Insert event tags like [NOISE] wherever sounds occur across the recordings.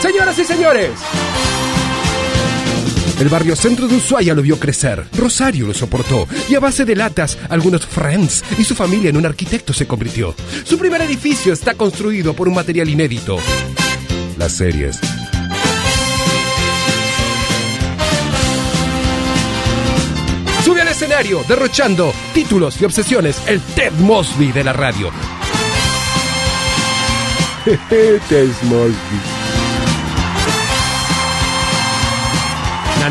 Señoras y señores. El barrio centro de Ushuaia lo vio crecer, Rosario lo soportó, y a base de latas, algunos friends y su familia en un arquitecto se convirtió. Su primer edificio está construido por un material inédito. Las series. Sube al escenario, derrochando títulos y obsesiones, el Ted Mosby de la radio. Ted Mosby. Na,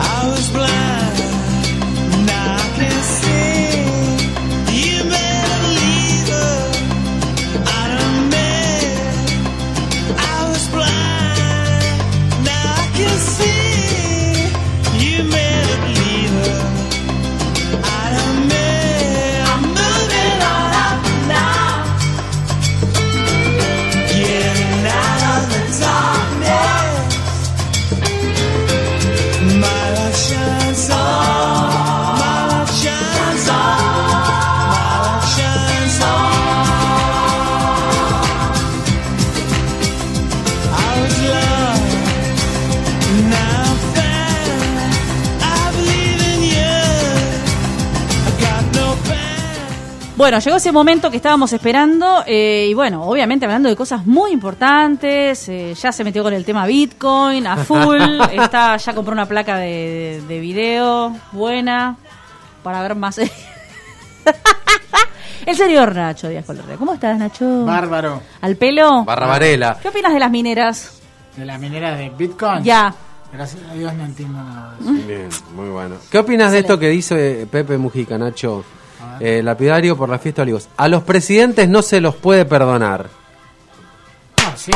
I was blind, now I can see. You better leave her. I done I was blind, now I can see. You better leave her. I done I'm moving on up now, getting out of the darkness. My light shines on. My light shines on. My light shines on. I was lost, now I'm found. I believe in you. I got no plan. Bueno, llegó ese momento que estábamos esperando eh, y bueno, obviamente hablando de cosas muy importantes, eh, ya se metió con el tema Bitcoin a full, está, ya compró una placa de, de- de video buena para ver más... [LAUGHS] el señor Nacho Díaz Colorado, ¿cómo estás Nacho? Bárbaro. ¿Al pelo? Barra Varela. ¿Qué opinas de las mineras? De la minera de Bitcoin. Ya. Gracias a Dios no entiendo nada de eso. Bien, muy bueno. ¿Qué opinas de esto que dice Pepe Mujica, Nacho? Eh, lapidario por la fiesta de Olivos. A los presidentes no se los puede perdonar. Ah, sí.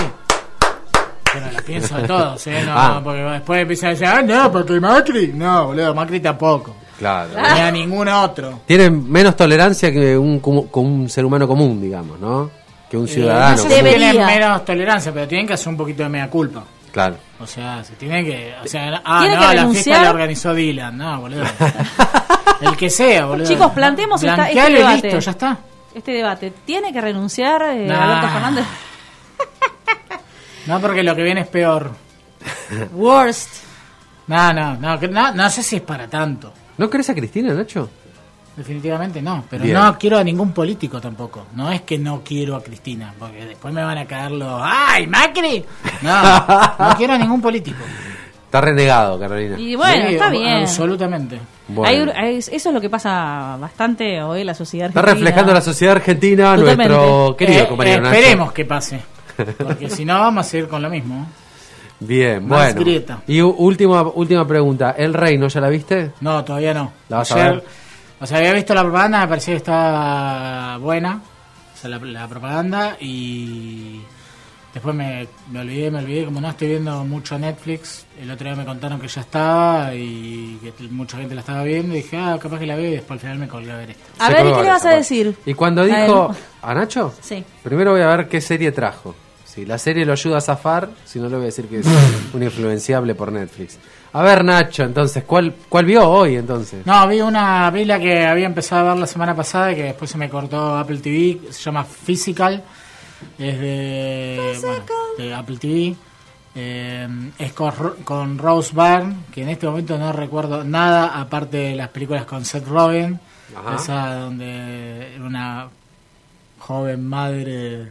Pero lo pienso de todos, ¿eh? No, Ah. porque después empiezan a decir, ah, no, porque Macri. No, boludo, Macri tampoco. Claro. Ni Ah. a ningún otro. Tienen menos tolerancia que un, como- como un ser humano común, digamos, ¿no? Que un Eh, ciudadano. no sé si común. Debería. tienen menos tolerancia, pero tienen que hacer un poquito de mea culpa. Claro. O sea, se tienen que. O sea, ah, Tiene no, que la renunciar. fiesta la organizó Dylan. No, boludo. El que sea, boludo. Chicos, planteemos esta- este Blanquealo y debate. listo, ya está. Este debate, ¿tiene que renunciar eh, Nah. Alberto [LAUGHS] Fernández? No, porque lo que viene es peor. Worst. No, no, no, que- no, no sé si es para tanto. ¿No crees a Cristina, Nacho? Definitivamente no, pero Bien. no quiero a ningún político tampoco. No es que no quiero a Cristina, porque después me van a caer los. ¡Ay, Macri! No, no quiero a ningún político. Está renegado, Carolina. Y bueno, Sí, está o- bien. Absolutamente. Bueno. Hay un- hay- eso es lo que pasa bastante hoy en la sociedad Está argentina. reflejando la sociedad argentina Totalmente. nuestro Oh, querido Eh, compañero Nacho. Esperemos que pase, porque si no vamos a seguir con lo mismo. Bien, Más bueno. grieta. Y u- última, última pregunta. ¿El reino ya la viste? No, todavía no. ¿La vas a ver? O sea, había visto la propaganda, me parecía que estaba buena. O sea, la, la propaganda y después me, me olvidé, me olvidé. Como no estoy viendo mucho Netflix, el otro día me contaron que ya estaba y que t- mucha gente la estaba viendo. Y dije, ah, capaz que la veo y después al final me colgué a ver esto. A Se ver, ¿y colgó qué le la vas a zapata. decir? pues. Y cuando A dijo él. a Nacho, Sí. primero voy a ver qué serie trajo. Si la serie lo ayuda a zafar, si no le voy a decir que es un influenciable por Netflix. A ver, Nacho, entonces, ¿cuál, cuál vio hoy entonces? No, vi una vela que había empezado a ver la semana pasada y que después se me cortó Apple TV, se llama Physical, es de, bueno, de Apple TV, Eh, es con, Ro- con Rose Byrne, que en este momento no recuerdo nada aparte de las películas con Seth Rogen, Ajá. esa donde era una joven madre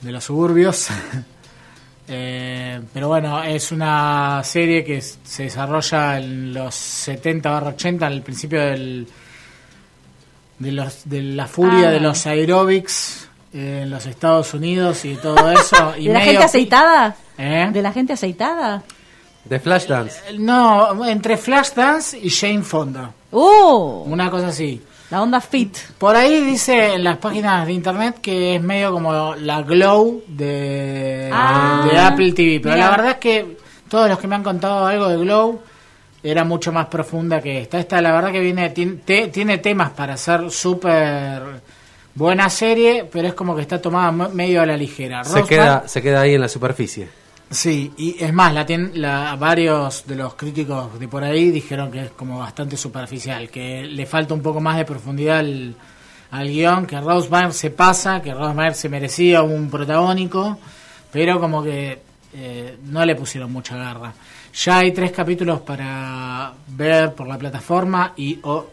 de los suburbios. [LAUGHS] Eh, pero bueno, es una serie que s- se desarrolla en los 70 barra 80, al principio del, de, los, de la furia Ah. de los aeróbics eh, en los Estados Unidos y todo [LAUGHS] eso. y ¿De la medio gente pi- aceitada? ¿Eh? ¿De la gente aceitada? De Flashdance. No, entre Flashdance y Jane Fonda. ¡Uh! Una cosa así. La onda fit. Por ahí dice en las páginas de internet que es medio como la glow de, Ah, de Apple TV. Pero mirá. la verdad es que todos los que me han contado algo de glow era mucho más profunda que esta. Esta la verdad que viene tien- te- tiene temas para ser súper Buena serie, pero es como que está tomada me- medio a la ligera. Se Rosman- queda, se queda ahí en la superficie. Sí, y es más, la tien- la, varios de los críticos de por ahí dijeron que es como bastante superficial, que le falta un poco más de profundidad al, al guión, que Rosemeyer se pasa, que Rosemeyer se merecía un protagónico, pero como que eh, no le pusieron mucha garra. Ya hay tres capítulos para ver por la plataforma y o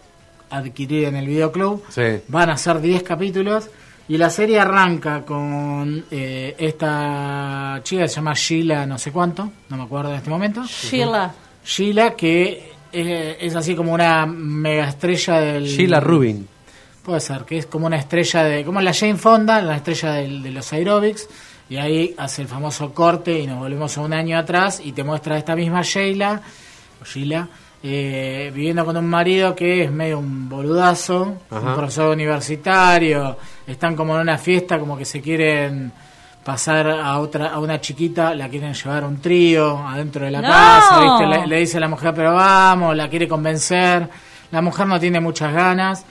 adquirir en el videoclub. Sí. Van a ser 10 capítulos. Y la serie arranca con eh, esta chica que se llama Sheila, no sé cuánto, no me acuerdo en este momento. Sheila. Sheila, que eh, es así como una mega estrella del. Sheila Rubin. Puede ser, que es como una estrella de. como la Jane Fonda, la estrella del- de los aerobics. Y ahí hace el famoso corte y nos volvemos a un año atrás y te muestra esta misma Sheila, o Sheila, eh, viviendo con un marido que es medio un boludazo, Ajá. un profesor universitario. Están como en una fiesta, como que se quieren pasar a otra a una chiquita, la quieren llevar a un trío adentro de la No. casa, ¿viste? Le, le dice a la mujer, pero vamos, la quiere convencer. La mujer no tiene muchas ganas.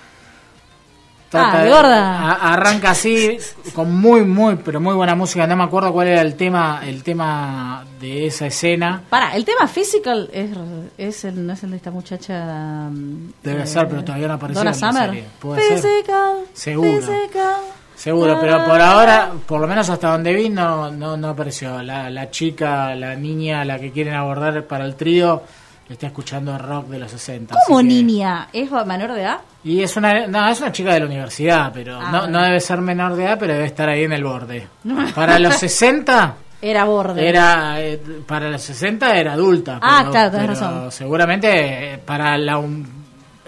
Ah, de- gorda. a- arranca así, con muy, muy, pero muy buena música. No me acuerdo cuál era el tema, el tema de esa escena. Para, el tema physical es, es el, no es el de esta muchacha. mm, Debe ser, pero todavía no apareció Donna en la Summer. serie. Puede ser. physical. Seguro. physical. Seguro, pero por Ah. ahora, por lo menos hasta donde vi, no, no, no apareció. La, la chica, la niña, la que quieren abordar para el trío, está escuchando rock de los 60. así ¿Cómo que- niña? ¿Es menor de edad? Y es una, no, es una chica de la universidad, pero Ah, no, bueno. no debe ser menor de edad, pero debe estar ahí en [LAUGHS] el borde. Para los 60, Era borde. era, eh, para los 60 era adulta. Ah, pero- claro, tenés pero razón. Seguramente eh, para la un-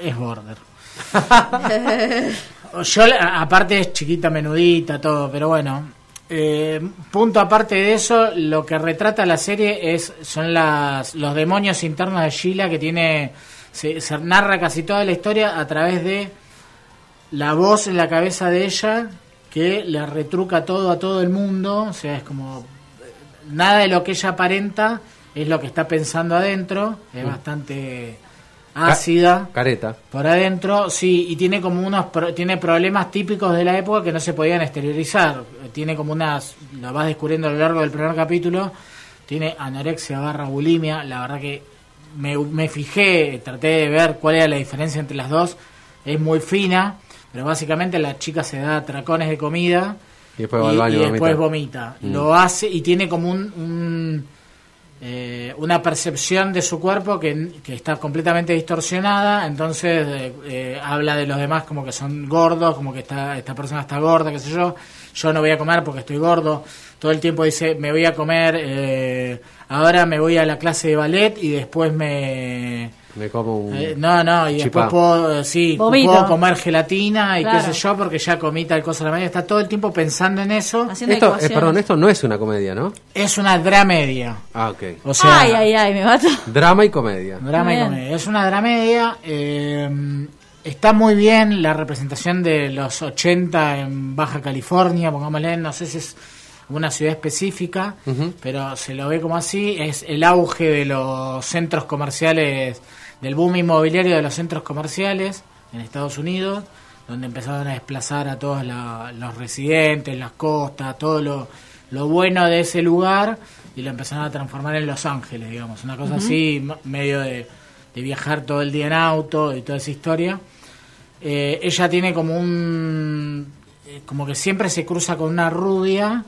es border. [LAUGHS] Yo, la- aparte es chiquita, menudita, todo, pero bueno. Eh, punto aparte de eso, lo que retrata la serie es son las, los demonios internos de Sheila que tiene. Se, se narra casi toda la historia a través de la voz en la cabeza de ella que le retruca todo a todo el mundo. O sea, es como nada de lo que ella aparenta es lo que está pensando adentro. Es bastante ácida Careta. por adentro, sí, y tiene como unos pro- tiene problemas típicos de la época que no se podían exteriorizar. Tiene como unas lo vas descubriendo a lo largo del primer capítulo. Tiene anorexia barra bulimia, la verdad que me, me fijé, traté de ver cuál era la diferencia entre las dos. Es muy fina, pero básicamente la chica se da tracones de comida Y después va al y- y baño y vomita. Mm. después vomita. Lo hace y tiene como un, un, eh, una percepción de su cuerpo que, que está completamente distorsionada, entonces eh, eh, habla de los demás como que son gordos, como que está, esta persona está gorda, qué sé yo, yo no voy a comer porque estoy gordo, todo el tiempo dice me voy a comer, eh, ahora me voy a la clase de ballet y después me... Me como un. Eh, no, no, y después Chipá. puedo, eh, sí, Bobito. puedo comer gelatina y Claro. qué sé yo, porque ya comí tal cosa a la mañana. Está todo el tiempo pensando en eso. Haciendo Esto, eh, ecuaciones. perdón, esto no es una comedia, ¿no? Es una dramedia. Ah, ok. O sea, ay, ay, ay, me mato. Drama y comedia. drama y Bien. comedia. Es una dramedia. eh, está muy bien la representación de los 80 en Baja California, pongámosle, no sé si es una ciudad específica, pero se lo ve como así. Es el auge de los centros comerciales, del boom inmobiliario de los centros comerciales en Estados Unidos, donde empezaron a desplazar a todos la- los residentes, las costas, todo lo, lo bueno de ese lugar y lo empezaron a transformar en Los Ángeles, digamos, una cosa así, m- medio de, de viajar todo el día en auto y toda esa historia. Eh, ella tiene como un... eh, como que siempre se cruza con una rubia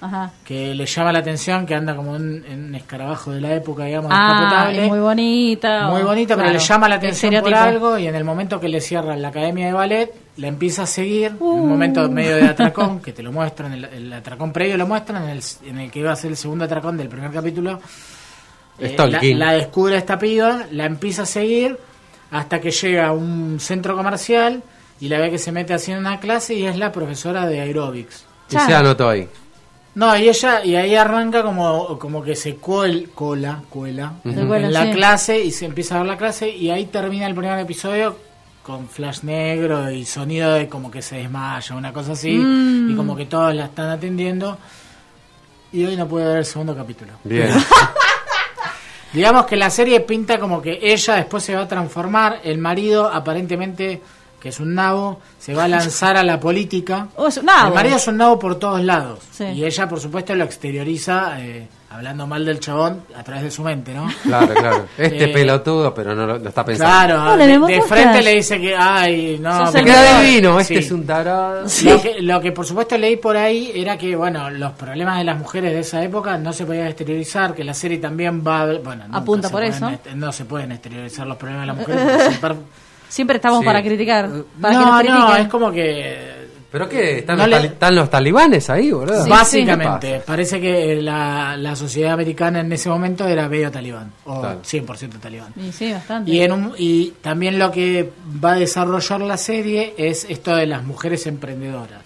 Ajá. que le llama la atención, que anda como en, en un escarabajo de la época, digamos, Ah, descapotable. es muy bonita. Muy o- bonita, pero claro, le llama la el atención por estereotipo. algo y en el momento que le cierran la academia de ballet, la empieza a seguir, en un momento medio de atracón, que te lo muestran, el, el atracón previo lo muestran, en el, en el que iba a ser el segundo atracón del primer capítulo, eh, la, Stalking. la descubre esta piba, la empieza a seguir hasta que llega a un centro comercial y la ve que se mete haciendo una clase y es la profesora de aerobics. Y se anotó ahí. No, y ella, y ahí arranca como, como que se col, cola, cuela, Ujú. en Cuela, la sí. clase y se empieza a ver la clase y ahí termina el primer episodio con flash negro y sonido de como que se desmaya, una cosa así, y como Mm. que todos la están atendiendo. Y hoy no puede ver el segundo capítulo. [LAUGHS] Bien. Digamos que la serie pinta como que ella después se va a transformar, el marido aparentemente que es un nabo, se va a lanzar a la política. [LAUGHS] Oh, es un nabo. El marido es un nabo por todos lados. Sí. Y ella, por supuesto, lo exterioriza eh, hablando mal del chabón a través de su [LAUGHS] mente, ¿no? Claro, claro. Este Eh, pelotudo, pero no lo, lo está pensando. Claro, No, le de, vemos de cosas. frente le dice que, ay, no, Sos Te el pero- queda divino, Sí. este es un tarado. Lo, que, lo que, por supuesto leí por ahí era que, bueno, los problemas de las mujeres de esa época no se podían exteriorizar, que la serie también va... a- Bueno, nunca Apunta se por pueden eso. est- No se pueden exteriorizar los problemas de las mujeres. porque [LAUGHS] son per- Siempre estamos Sí. para criticar. Para que no, nos no, critiquen. es como que... ¿Pero qué? ¿Están, No los, le- tali- están los talibanes ahí, boludo? Sí, Básicamente, parece que la, la sociedad americana en ese momento era medio talibán, o Claro. 100% talibán. Y sí, bastante. Y, en un- y también lo que va a desarrollar la serie es esto de las mujeres emprendedoras.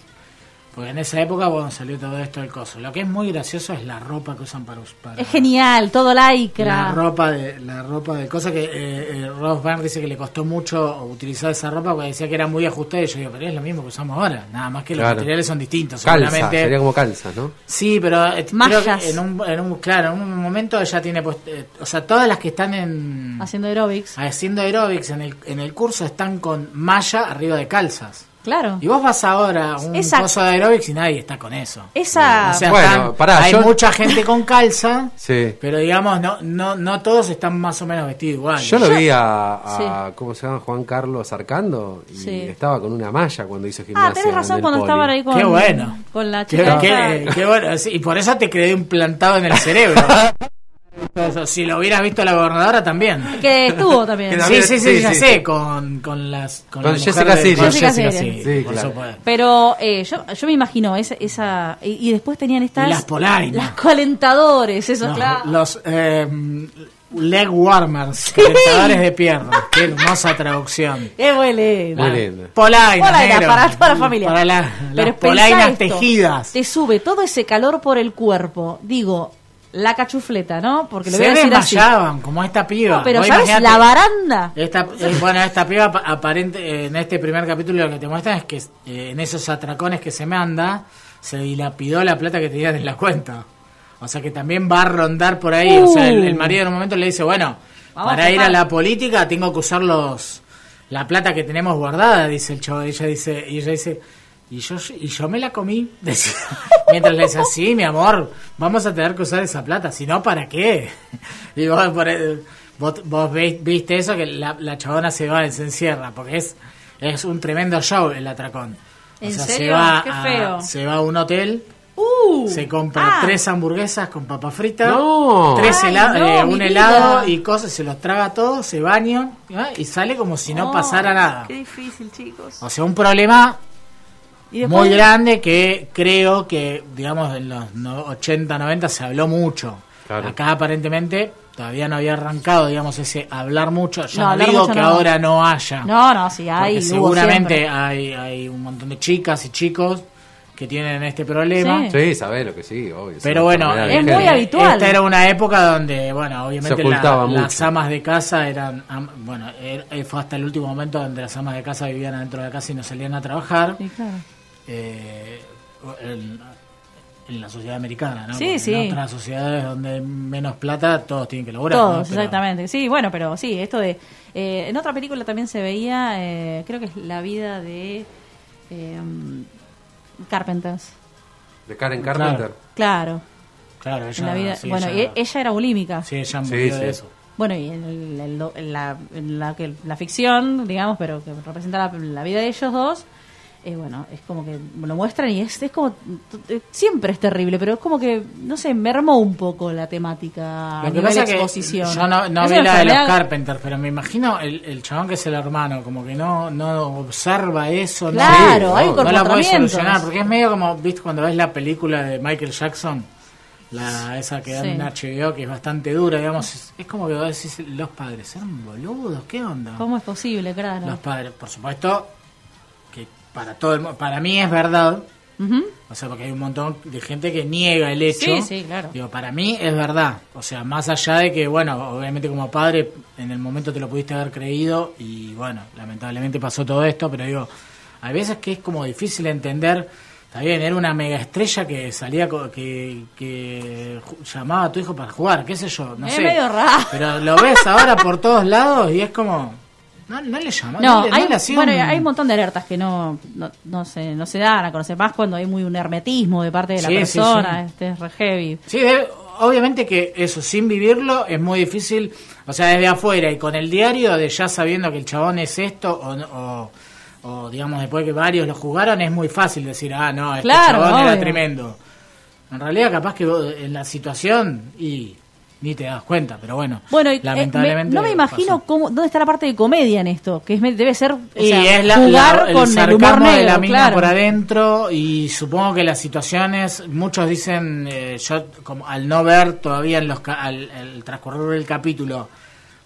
Porque en esa época, bueno, salió todo esto del coso. Lo que es muy gracioso es la ropa que usan para... us- para Es genial, todo La lycra. ropa de la ropa de cosa que eh, eh, Ross Byrne dice que le costó mucho utilizar esa ropa porque decía que era muy ajustada y yo digo, pero es lo mismo que usamos ahora, nada más que los Claro. materiales son distintos, Calza, seguramente. sería como calza, ¿no? Sí, pero eh, creo Mallas. que en un, en un claro, en un momento ella tiene pues, eh, o sea, todas las que están en Haciendo aerobics. haciendo aerobics en el, en el curso están con malla arriba de calzas. Claro. Y vos vas ahora a un Esa- curso de aerobics y nadie está con eso. Esa. O sea, Bueno, están- pará, hay yo- mucha gente con calza, Sí. pero digamos, no, no, no todos están más o menos vestidos igual. [LAUGHS] Yo lo Yo- vi a, a- ¿cómo se llama? Juan Carlos Arcando y Sí. estaba con una malla cuando hizo gimnasia. ah, tenés razón en el cuando poli. estaban ahí con, Qué bueno. con la Qué- chica. esa. qué- qué bueno, sí, y por eso te quedé implantado en el [LAUGHS] cerebro. Eso, si lo hubieras visto a la gobernadora también. [LAUGHS] Que estuvo también. Queda- Sí, sí, sí, Sí, ya sí. sé, con, con las con, Con la mujer Jessica de- Siri. con Jessica Jessica Siri. Siri, Sí, por claro. supuesto. Pero eh, yo, yo me imagino esa. esa y, y después tenían estas. Y las polainas. Las calentadores, eso, Los, claro. los, em, leg warmers, calentadores de pierna. Qué hermosa traducción. ¡Qué huele! Muy lindo. Polainas, Polainas, negro. para toda la familia. Para la- las Pero polainas pensá esto, tejidas. Te sube todo ese calor por el cuerpo. Digo, la cachufleta, ¿no? Porque le voy a Se decir así. desmayaban, como esta piba. No, pero, Vos ¿sabes? imaginate, La baranda. Esta, eh, bueno, esta piba ap- aparente eh, en este primer capítulo lo que te muestran es que eh, en esos atracones que se me anda, se dilapidó la plata que tenías en la cuenta. O sea que también va a rondar por ahí. O sea, el, el marido en un momento le dice, bueno, Vamos para a ir jugar. a la política tengo que usar los la plata que tenemos guardada, dice el chavo. Y ella dice, y ella dice, y yo, y yo me la comí. [LAUGHS] decía. Mientras le dice, sí, mi amor, vamos a tener que usar esa plata, si no, ¿para qué? [LAUGHS] Y vos, por- vos- vos veis- viste eso, que la, la chabona se va, se encierra, porque es, es un tremendo show el atracón. ¿En Se serio? va, Qué a- feo. se va a un hotel, Uh, se ah, compra tres hamburguesas con papa frita, No. tres Ay, helados, no, mi un vida. helado y cosas, se los traga todos, se baña ¿ah? y sale como si no oh, pasara nada. Qué difícil, chicos. O sea, un problema Y después- Ah, muy grande que creo que, digamos, en los no- 80, 90 se habló mucho. Claro. Acá aparentemente todavía no había arrancado, digamos, ese hablar mucho. Yo No, no, hablar digo mucho que no. ahora no haya. No, no, sí, porque hay. hubo seguramente siempre. hay, hay un montón de chicas y chicos que tienen este problema. Sí. Sí, sabés lo que sí, obvio. es Pero una bueno, enfermedad es eh, vigente. muy habitual. Esta era una época donde, bueno, obviamente Se la- ocultaba mucho. las amas de casa eran, am- bueno, er- eh, fue hasta el último momento donde las amas de casa vivían adentro de la casa y no salían a trabajar Sí, claro. eh, en, en la sociedad americana, ¿no? Sí, Porque sí. En otras sociedades donde hay menos plata, todos tienen que laburar. ¿no? Todos, Pero- exactamente. Sí, bueno, pero sí, esto de... eh, en otra película también se veía, eh, creo que es la vida de eh, Carpenters. De Karen Carpenter. Claro. Claro, ella, en la vida, sí, bueno, ella, y e, ella era bulímica. sí, ella Sí, murió sí. de eso. Bueno, y en, el- el do- en la, en la que- la ficción, digamos, pero que representa la, la vida de ellos dos, eh, bueno, es como que lo muestran y es, es como. eh, Siempre es terrible, pero es como que, no sé, mermó un poco la temática a Lo que nivel pasa que exposición. yo no, no Es vi una la de los enfermedad- Carpenter, pero me imagino el, el chabón que es el hermano, como que no, no observa eso, no- Claro, Sí, hay no, la puede no, comportamientos. solucionar, porque es medio como, viste, cuando ves la película de Michael Jackson, la esa que da Sí. en HBO, que es bastante dura, digamos, es, es como que vos decís, los padres eran boludos, ¿qué onda? ¿Cómo es posible, claro? Los padres, por supuesto, que para todo el mu- para mí es verdad, Ujú. o sea, porque hay un montón de gente que niega el hecho. Sí, sí, claro. Digo, para mí es verdad. O sea, más allá de que, bueno, obviamente como padre, en el momento te lo pudiste haber creído y, bueno, lamentablemente pasó todo esto, pero digo, hay veces que es como difícil entender. Está bien, era una mega estrella que salía, co- que, que ju- llamaba a tu hijo para jugar, qué sé yo, no Es sé. medio raro. Pero lo ves ahora por todos lados y es como, No, no le llamó. No, le- hay, le hacía bueno, un- hay un montón de alertas que no, no, no se, no se dan a conocer más cuando hay muy un hermetismo de parte de la Sí, sí, persona, sí. este es re heavy. Sí, de- obviamente que eso, sin vivirlo, es muy difícil. O sea, desde afuera y con el diario, de ya sabiendo que el chabón es esto, o, no- o- o, digamos, después que varios lo jugaron, es muy fácil decir, ah, no, este Claro, chabón obvio. era tremendo. En realidad, capaz que vos, en la situación y ni te das cuenta, pero bueno, Bueno, y, eh, lamentablemente. me- no me imagino pasó. cómo, dónde está la parte de comedia en esto, que es- debe ser o Y sea, es la, jugar la- el con el sarcasmo humor negro, de la mina claro. por adentro y supongo que las situaciones, muchos dicen, eh, yo como, al no ver todavía en los, ca- al, al transcurrir del capítulo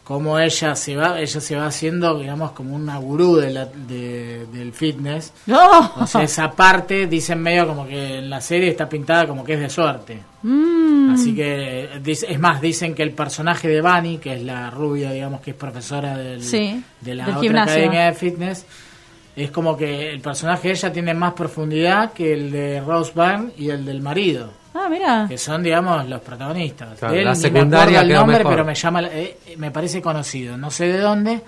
cómo ella se va, ella se va haciendo, digamos, como una gurú de la- de- del fitness. No. O sea, esa parte dicen medio como que en la serie está pintada como que es de suerte. [LAUGHS] Mm, Así que, eh, dice- es más, dicen que el personaje de Bunny, que es la rubia, digamos, que es profesora del, Sí, de la del otra gimnasio. academia de fitness, es como que el personaje de ella tiene más profundidad que el de Rose Byrne y el del marido, ah, mira. que son, digamos, los protagonistas. Claro, de él, la ni secundaria me acuerdo el quedó nombre, mejor. pero me llama, eh, eh, me parece conocido, no sé de dónde.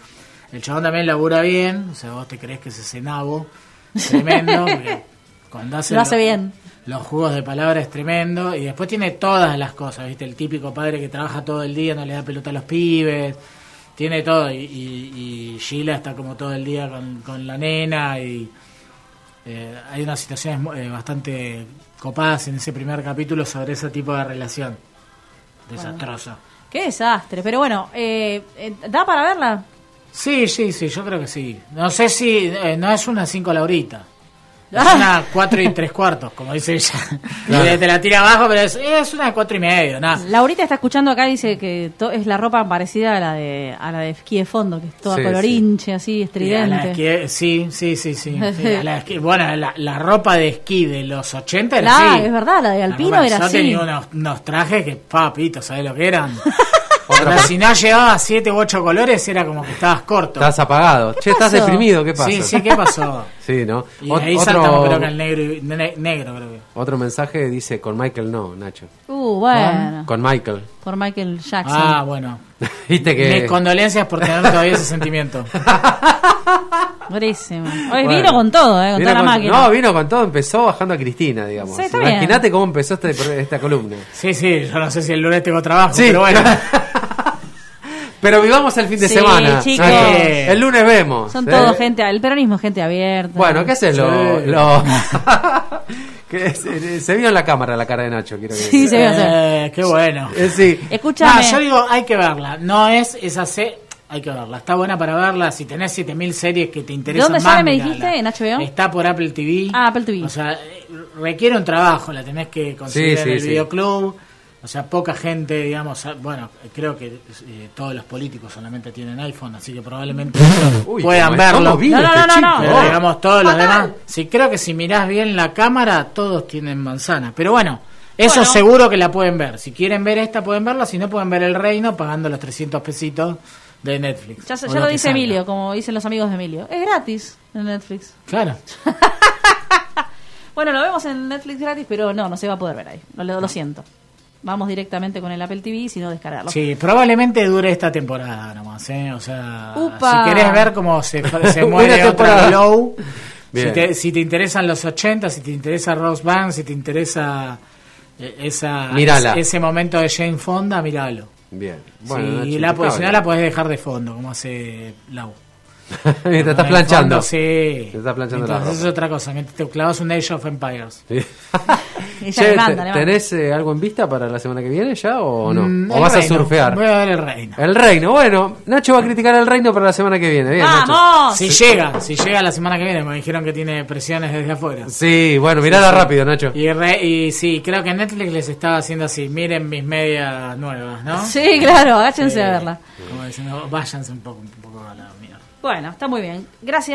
El chabón también labura bien, o sea, vos te crees que es ese nabo [LAUGHS] tremendo, porque cuando hace Lo hace bien. los juegos de palabras es tremendo. Y después tiene todas las cosas, ¿viste? El típico padre que trabaja todo el día, no le da pelota a los pibes. Tiene todo. Y, y, y Sheila está como todo el día con, con la nena. Y eh, hay unas situaciones mu- eh, bastante copadas en ese primer capítulo sobre ese tipo de relación. Desastrosa. Qué desastre. Pero bueno, eh, eh, ¿da para verla? Sí, sí, sí, yo creo que sí. No sé si. eh, no es una 5 laurita. [LAUGHS] Es Ah. una 4 y 3 cuartos, como dice ella. Te- Te la tira abajo, pero es, es una 4 y medio, nada. [LAUGHS] Laurita está escuchando acá, dice que to- es la ropa parecida a la de a la de esquí de fondo, que es toda Sí, colorinche, así, Y a la estridente. esquí- Sí, sí, sí, sí. sí, [LAUGHS] a la esquí- bueno, la, la ropa de esquí de los 80 era Claro, así. es verdad, la de Alpino ropa de era Ah, yo así. tenía unos, unos trajes que, papito, ¿sabes lo [LAUGHS] que eran? Otra Pero vez. si no llegaba a 7 u 8 colores, era como que estabas corto. Estás apagado. Che, estás pasó? deprimido, ¿qué pasa? Sí, sí, ¿qué [LAUGHS] pasó? Sí, ¿no? Y Ot- ahí saltamos, creo que al negro, y- ne- negro creo que. otro mensaje dice, con Michael no, Nacho. Uh, bueno. Con Michael. [LAUGHS] Por Michael Jackson. Ah, bueno. Viste que... Mis condolencias por tener todavía ese sentimiento. [LAUGHS] Buenísimo. Hoy Bueno. vino con todo, eh, con Vino toda la con- máquina. No, vino con todo, empezó bajando a Cristina, digamos. Sí, está bien. Imagínate cómo empezó este- esta columna. Sí, sí, yo no sé si el lunes tengo trabajo, Sí. pero [LAUGHS] [LAUGHS] bueno. Pero vivamos el fin de Sí, semana. chicos. Eh, El lunes vemos. Son ¿eh? todos gente, el peronismo es gente abierta. Bueno, ¿qué haces? Lo, Sí. lo- [LAUGHS] que se, se vio en la cámara la cara de Nacho, quiero que Sí, se ve hacer. Eh, qué bueno. Eh, sí. Escúchame. No, yo digo, hay que verla. No es esa se hay que verla. Está buena para verla. Si tenés 7000 series que te interesan dónde más, sale, me mirala. dijiste? ¿En HBO? Está por Apple TV. Ah, Apple TV. O sea, eh, requiere un trabajo. La tenés que conseguir Sí, sí, en el sí. videoclub. O sea, poca gente, digamos, ah, bueno, creo que eh, todos los políticos solamente tienen iPhone, así que probablemente [LAUGHS] Uy, puedan cómo- cómo verlo. vino No, no, este no, no, chico. Pero digamos, todos los demás. Sí, creo que si mirás bien la cámara, todos tienen manzana. Pero bueno, eso Bueno. seguro que la pueden ver. Si quieren ver esta, pueden verla. Si no, pueden ver El Reino pagando los 300 pesitos de Netflix. Ya, se- O ya lo que dice salga. Emilio, como dicen los amigos de Emilio. Es gratis en Netflix. Claro. Bueno, lo vemos en Netflix gratis, pero no, no se va a poder ver ahí. Lo, lo siento. Vamos directamente con el Apple TV, si no descargarlo. Sí, probablemente dure esta temporada nomás. ¿eh? O sea, Upa. si querés ver cómo se, se [LAUGHS] Buena muere otra temporada. [LAUGHS] Glow. Si Bien. te, si te interesan los 80, si te interesa Rose Byrne, si te interesa eh, esa, Mirala. ese- ese momento de Jane Fonda, míralo. Bien. Sí, Nacho, la po- si impecable. no la podés dejar de fondo, como hace Lau. [LAUGHS] Mientras estás De planchando. fondo, sí. Te estás planchando Mientras la haces ropa. otra cosa, mientras te clavas un Age of Empires. [LAUGHS] Sí. Y ya Che, le manda, te- le manda. ¿Tenés eh, algo en vista para la semana que viene ya o no? Mm, ¿O el vas a reino. surfear? Eh, Voy a ver el reino. El reino. Bueno, Nacho va a criticar el reino para la semana que viene. Bien, Nacho. ¡Vamos! Si llega, si llega la semana que viene, me dijeron que tiene presiones desde afuera. Sí, bueno, mirala rápido, Nacho. Y, re- y sí, creo que Netflix les estaba haciendo así, miren mis medias nuevas, ¿no? Sí, claro, agáchense a verla. Como diciendo, váyanse un poco, un poco a la mierda. Bueno, está muy bien. Gracias.